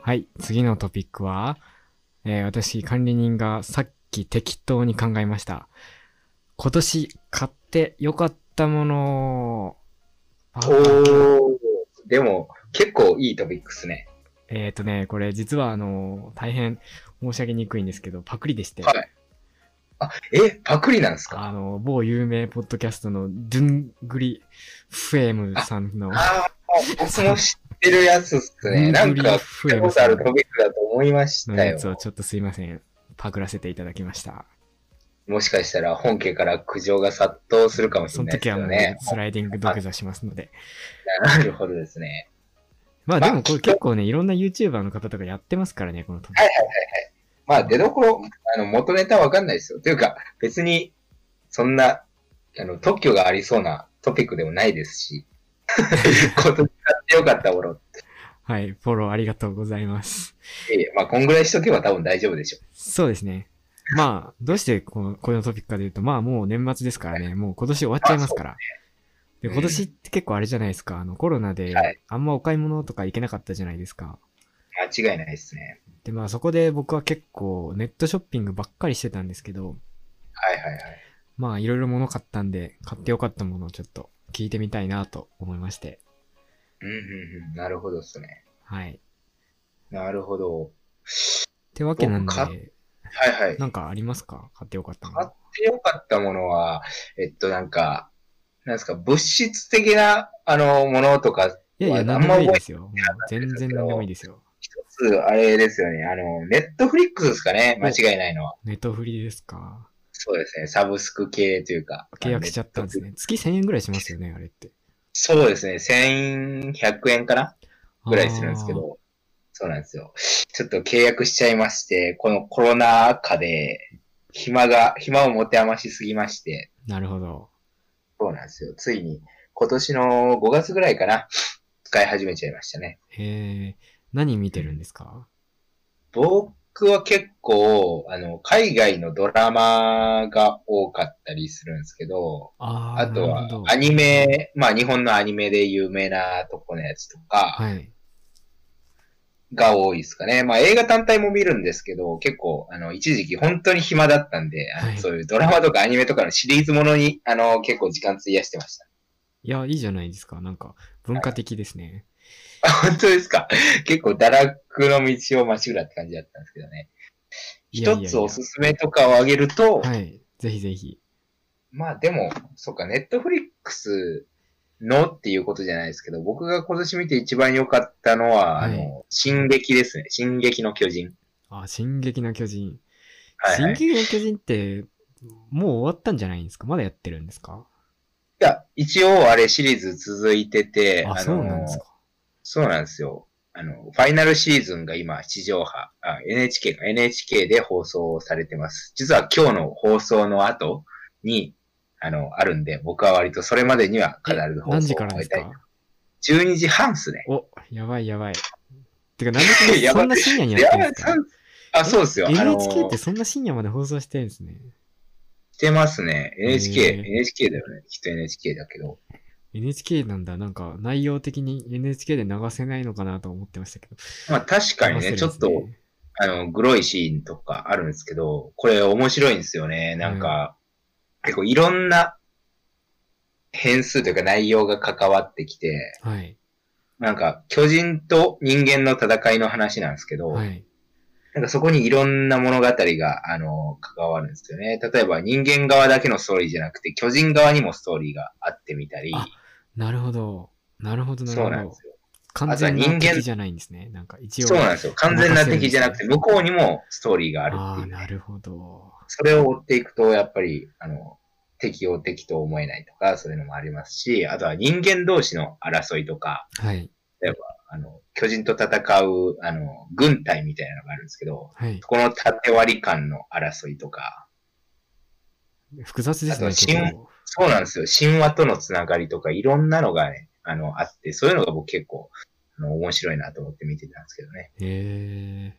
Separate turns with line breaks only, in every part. はい、次のトピックは、えー私、管理人がさっき適当に考えました。今年買って良かったものあ
おー。でも、結構いいトピックスね。
えっ、ー、とね、これ実はあの、大変申し上げにくいんですけど、パクリでして、
はい。あ、え、パクリなんですか
あの、某有名ポッドキャストのドゥングリフェームさんの、
ああ、僕も知ってるやつっすね。
ド
な
ゥン
ん
グリ
か、
フ
聞
ェー
いた
ム
こと
さ
あ
ん
るトピックだと思いまし
の
た
や
よ
つ。をちょっとすいません、パクらせていただきました。
もしかしたら本家から苦情が殺到するかもし
そ
れ
の
ないで
時
す
は
よ
もう
ね。
スライディング土下座しますので。
なるほどですね。
まあ
まあ
でもこれ結構ね、いろんな YouTuber の方とかやってますからね、このトピッ
まあ、出どころ、あの、元ネタわかんないですよ。というか、別に、そんな、あの、特許がありそうなトピックでもないで すし、 今年買ってよかったものっ
ク。はい、フォローありがとうございます。
て、まあ、こんぐらいしとけば多分大丈夫でしょ
そうですね。まあ、どうしてこのこのトピックかで言うと、まあもう年末ですからね、もう今年終わっちゃいますから。で、
うん
今年って結構あれじゃないですか、あのコロナで
はい
あんまお買い物とか行けなかったじゃないですか。
う。間違いないですね。
で、まあそこで僕は結構ネットショッピングばっかりしてたんですけど、
はいはいはい。
まあいろいろ物買ったんで、買ってよかったものをちょっと聞いてみたいなと思いまして。
うんうんうん。なるほどですね。
はい。っ
なるほど。
てわけなん
僕買
で、
はいはい。
なんかありますか買ってよかったも
買っ
の。
てよかったものは、えっと、なんか、なんですか、物質的な、あの、ものとか、
いやいや、
まあ
何でもいいですよ。もう
えて
全
ない
然何でもいいですよ。
一つ、あれですよね、あの、ネットフリックスですかね、間違いないのは。
ネットフリですか。
そうですね、サブスク系というか。
契約しちゃったんです
ネットフリ。
ね。月1000円ぐらいしますよね、あれって。
そうですね、1100円かなぐらいするんですけど、そうなんですよ。ちょっと契約しちゃいまして、このコロナ禍で、暇が、暇を持て余しすぎまして、
あー。なるほど。
そうなんですよ。ついに、今年の5月ぐらいかな、使い始めちゃいましたね。
へえ、何見てるんですか
僕は結構、あの、海外のドラマが多かったりするんですけど、
あー
あと
な
は
るほど
アニメ、まあ日本のアニメで有名なとこのやつとか
はい。
が多いですかね。まあ映画単体も見るんですけど、結構、あの、一時期本当に暇だったんで、あの
はい
そういうドラマとかアニメとかのシリーズものに、あの、結構時間費やしてました。
いや、いいじゃないですか。なんか、文化的ですね。
本当ですか結構堕落の道をまっしぐらって感じだったんですけどね。
いやいやい
一
や
つおすすめとかを挙げると、
はい。ぜひぜひ。
まあでも、そっか、ネットフリックスのっていうことじゃないですけど、僕が今年見て一番良かったのは、
はい
あの、進撃ですね。進撃の巨人。
あ、進撃の巨人。
はい、はい。い
進撃の巨人って、もう終わったんじゃないんですかまだやってるんですか
や、一応あれシリーズ続いてて、
あ、
の
そうなんですか。
そうなんですよ。あの、ファイナルシーズンが今、地上波、あ NHK か、NHK で放送されてます。実は今日の放送の後に、あの、あるんで、僕は割とそれまでには必ず放送を
何時からです
終えた
か
い12時半っすね。
お、やばいやばい。てか、なんでそんな
やばい
そんな深夜に
い
やっ
や
てるんですか
あ、そうですよ。あの
?NHK ってそんな深夜まで放送してるんですね。
してますね。
へ
NHK、
ー
NHK だよね。きっと NHK だけど。
NHK なんだ、なんか内容的に NHK で流せないのかなと思ってましたけど。
まあ確かに
流せるん
ね、ち
で
ょっ
す
と、あの、グロいシーンとかあるんですけど、これ面白いんですよね。なんか、結構いろんな変数というか内容が関わってきて、
はい。
なんか、巨人と人間の戦いの話なんですけど、
はい。
なんかそこにいろんな物語が、あの、関わるんですよね。例えば人間側だけのストーリーじゃなくて、巨人側にもストーリーがあってみたり、
あなるほど。なるほど、なる
そう
ほ
なんで
ど
す。よ。
完全な
あとは人間
敵じゃないんですね。なんか一応。
そうなんですよ。完全な敵じゃなくて、向こうにもストーリーがあ
あ
るっ
あ、
ていう。
なるほど。
それを追っていくと、やっぱり、あの、敵を敵と思えないとか、そういうのもありますし、あとは人間同士の争いとか、
はい。
あの、巨人と戦う、あの、軍隊みたいなのがあるんですけど、
はい。
この縦割り間の争いとか、
複雑です
あ
ね、
と新
結構
そうなんですよ。神話とのつながりとか、いろんなのがね、あの、あって、そういうのが僕結構、あの、面白いなと思って見てたんですけどね。
へ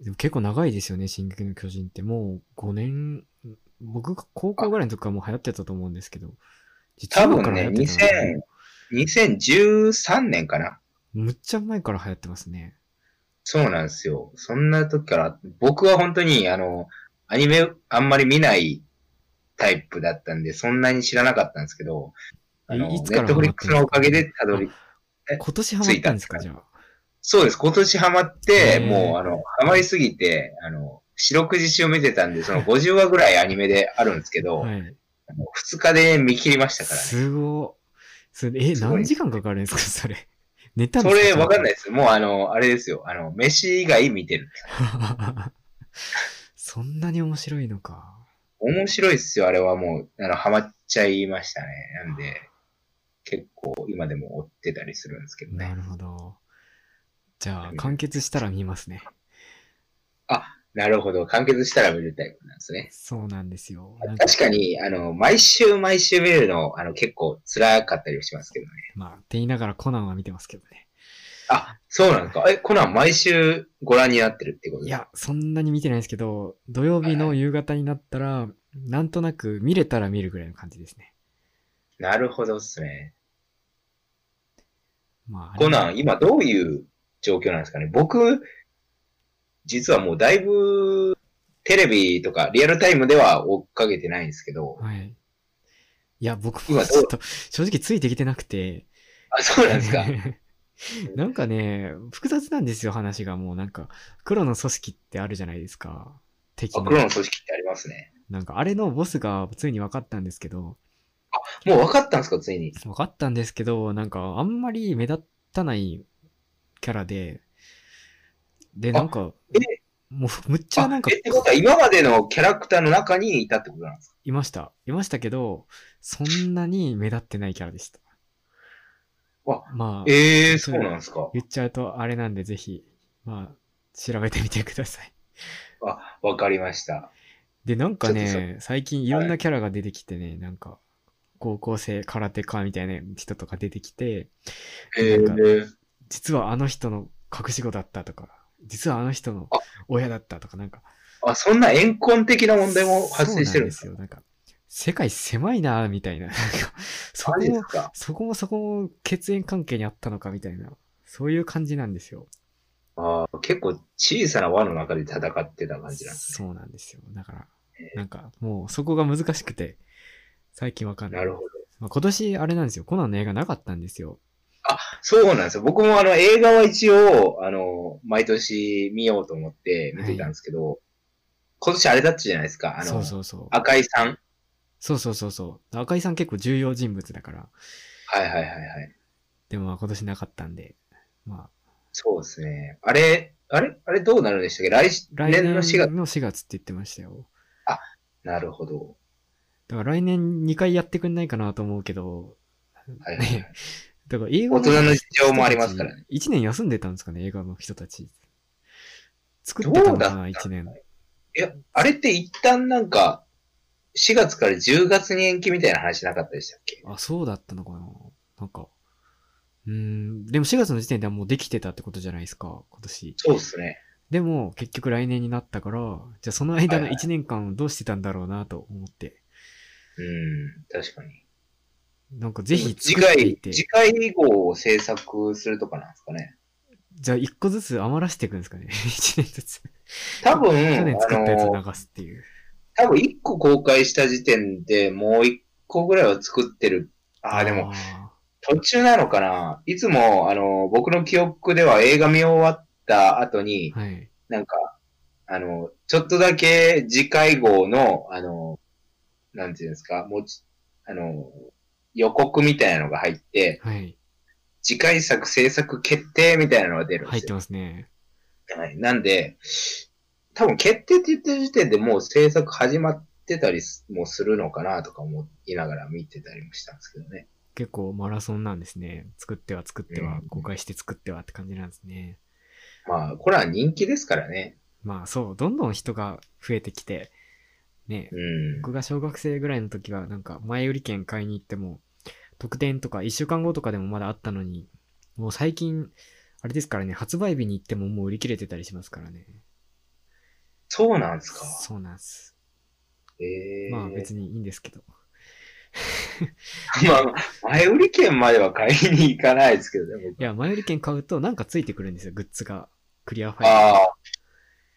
え。でも結構長いですよね、進撃の巨人って。もう5年、僕が高校ぐらいの時からもう流行ってたと思うんですけど。
多分ね、
実はから流行ってたの
2000、2013年かな
むっちゃ前から流行ってますね。
そうなんですよ。そんな時から、僕は本当に、あの、アニメあんまり見ないタイプだったんで、そんなに知らなかったんですけど、あの、
え
ネ
いつから
ットフリックスのおかげでたどり、え
今年ハマったんですか、じゃあ。
そうです。今年ハマって、
へー
もう、あの、ハマりすぎて、あの、四六時中見てたんで、その50話ぐらいアニメであるんですけど、
はい。
あの2日で見切りましたからね。
すごい。それえ、
すごい
何時間かかるんですか、それ。寝たん
そ
です
れわかんない
い。
です。もうあの、あれですよ。あの、飯以外見てる。
そんなに面白いのか。
面白いっすよ、あれはもう、あの、ハマっちゃいましたね。なんで、結構今でも追ってたりするんですけど
な
ね。
るほど。じゃあ、完結したら見ますね。
なるほど。完結したら見るタイプなんですね。
そうなんですよ。なんか
確かに、あの、毎週毎週見るの、あの、結構辛かったりしますけどね。
まあ、って言いながらコナンは見てますけどね。
あ、そうなんですか。え、コナン毎週ご覧になってるってこと
い
ですか
や、そんなに見てないですけど、土曜日の夕方になったら、なんとなく見れたら見るぐらいの感じですね。
なるほどっすね。
まあ、
コナ
ン
ン、今どういう状況なんですかね。僕、実はもうだいぶ、テレビとかリアルタイムでは追っかけてないんですけど、
はい。いや、僕も
今
ちょっと、正直ついてきてなくて。
あ、そうなんですか。
なんかね、複雑なんですよ、話が。もうなんか、黒の組織ってあるじゃないですか。敵
あ、
の。
黒の組織ってありますね。
なんか、あれのボスがついに分かったんですけど、
もう分かったんですか、ついに。
分かったんですけど、なんか、あんまり目立たないキャラで、で、
あ
なんか、もう、むっちゃなんか
あえ、ってことは今までのキャラクターの中にいたってことなんですか
いました。いましたけど、そんなに目立ってないキャラでした。
わ
まあ、
ええー、
そ
そううなんですか。
言っちゃうとあれなんで、ぜひ、まあ、調べてみてください。
あ、わかりました。
で、なんか
ちょっ
ね、最近いろんなキャラが出てきてね、なんか、高校生空手家みたいな人とか出てきて、
ええ
なんか
ー、
実はあの人の隠し子だったとか、実はあの人の親だったとか、なんか、
あ、そんな怨恨的な問題も発生してるんです
そう
か
なんですよ。なんか、世界狭いな、みたいな。なんか、そ
マ
こ
ジです
も、
か
そこもそこも血縁関係にあったのか、みたいな。そういう感じなんですよ。
あー結構小さな輪の中で戦ってた感じなんです
そうなんですよ。だから、なんかもうそこが難しくて、最近わかん
ね。
ない。
なるほど。
まあ、今年あれなんですよ。コナンの映画なかったんですよ。
そうなんですよ。僕もあの映画は一応、あの、毎年見ようと思って見てたんですけど、今年あれだったじゃないですか。あの、
そうそうそう。
赤井さん。
そうそうそうそう。赤井さん結構重要人物だから。
はいはいはいはい。
でもまあ今年なかったんで。まあ、
そうですね。あれ、あれ、あれどうなるんでしたっけ来
来年の
年の4月。
4月って言ってましたよ。
なるほど。
だから来年2回やってくんないかなと思うけど、
はいはいはい、
ねだから映画
大人の事情もありますからね。
1年休んでたんですかね、映画の人たち。作ってたのか
どうだったん
な、
だ
1年。
いや、あれって一旦なんか、4月から10月に延期みたいな話なかったでしたっけ
あ、そうだったのかななんか。うーん、でも4月の時点ではもうできてたってことじゃないですか、今年。
そうですね。
でも、結局来年になったから、じゃあその間の
はいはい
1年間をどうしてたんだろうなと思って。
うん、確かに。
なんかぜひ
次
作ってい
回、
て、
次回以降を制作するとかなんですかね。
じゃあ1個ずつ余らしていくんですかね、1年ず つ。
多分、
去年
あ
作ったやつを
の、
流すっていう。
多分1個公開した時点でもう1個ぐらいは作ってる。ああ、でも
ー。
途中なのかないつも、あの、僕の記憶では映画見終わった後に、
はい。
なんか、あの、ちょっとだけ次回号の、あの、なんていうんですか、もうち、あの、予告みたいなのが入って、
はい。
次回作制作決定みたいなのが出るんで
入っ
す
て
よ。
ますね。
はい、なんで、多分決定って言ってる時点でもう制作始まってたりすもするのかなとか思いながら見てたりもしたんですけどね。
結構マラソンなんですね。作っては作っては
う、ん
公開して作ってはって感じなんですね。
まあ、これは人気ですからね。
まあそう、どんどん人が増えてきて、ね、
うん。
僕が小学生ぐらいの時は、なんか前売り券買いに行っても、特典とか1週間後とかでもまだあったのに、もう最近、あれですからね、発売日に行ってももう売り切れてたりしますからね。
そうなんですか。
そうなんです。
ええ
まあ別にいいんですけど。
まあ、前売り券までは買いに行かないですけどね、
いや、前売り券買うとなんかついてくるんですよ、グッズが。クリアファイル。
ああ、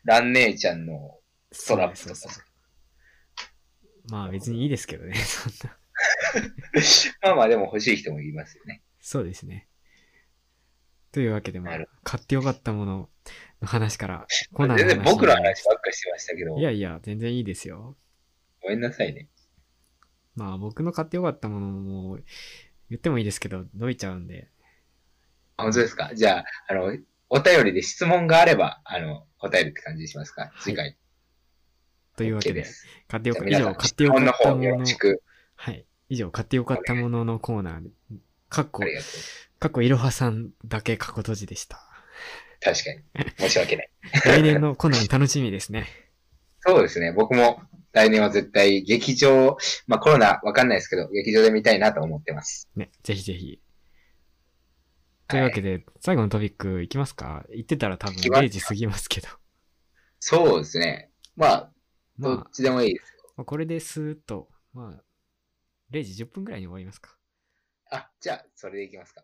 ラン姉ちゃんの
そ
ト
う
ラップ
そ
と
う
か
そ
さ
う。まあ別にいいですけどね。 そんな。
まあまあでも欲しい人もいますよね。
そうですね。というわけで、まあ
なる、
買ってよかったものの話から、コナンの
全
話
然僕の話ばっかりしてましたけど
い、やいや、全然いいですよ。
ごめんなさいね。
まあ僕の買ってよかったものももう言ってもいいですけど、伸びちゃうんで。
あ本当ですかじゃあ、あの、お便りで質問があれば、あの、答えるって感じにしますか次回。
というわけ
OK で。
です買ってよ
じゃ
か
あ
以
皆さ
上、
ん、
買っ
質
てよか
問の
った
方
も
よろ
の
し。く。
はい。以上、買ってよかったもののコーナー。かっこ
あ、りがとう。
かっこいろはさんだけ過去閉じでした。
確かに。申し訳ない。
来年のコナン楽しみですね。
そうですね。僕も来年は絶対劇場、まあコロナわかんないですけど、劇場で見たいなと思ってます。
ね、ぜひぜひ。というわけで、最後のトピックいきますか言ってたら多分
いきます
0時過ぎますけど。
そうですね。まあ、どっ
まあ、
ちでもいいです。
まあこれでスーッと、まあ、0時10分ぐらいに終わりますか。
あ、じゃあ、それでいきますか。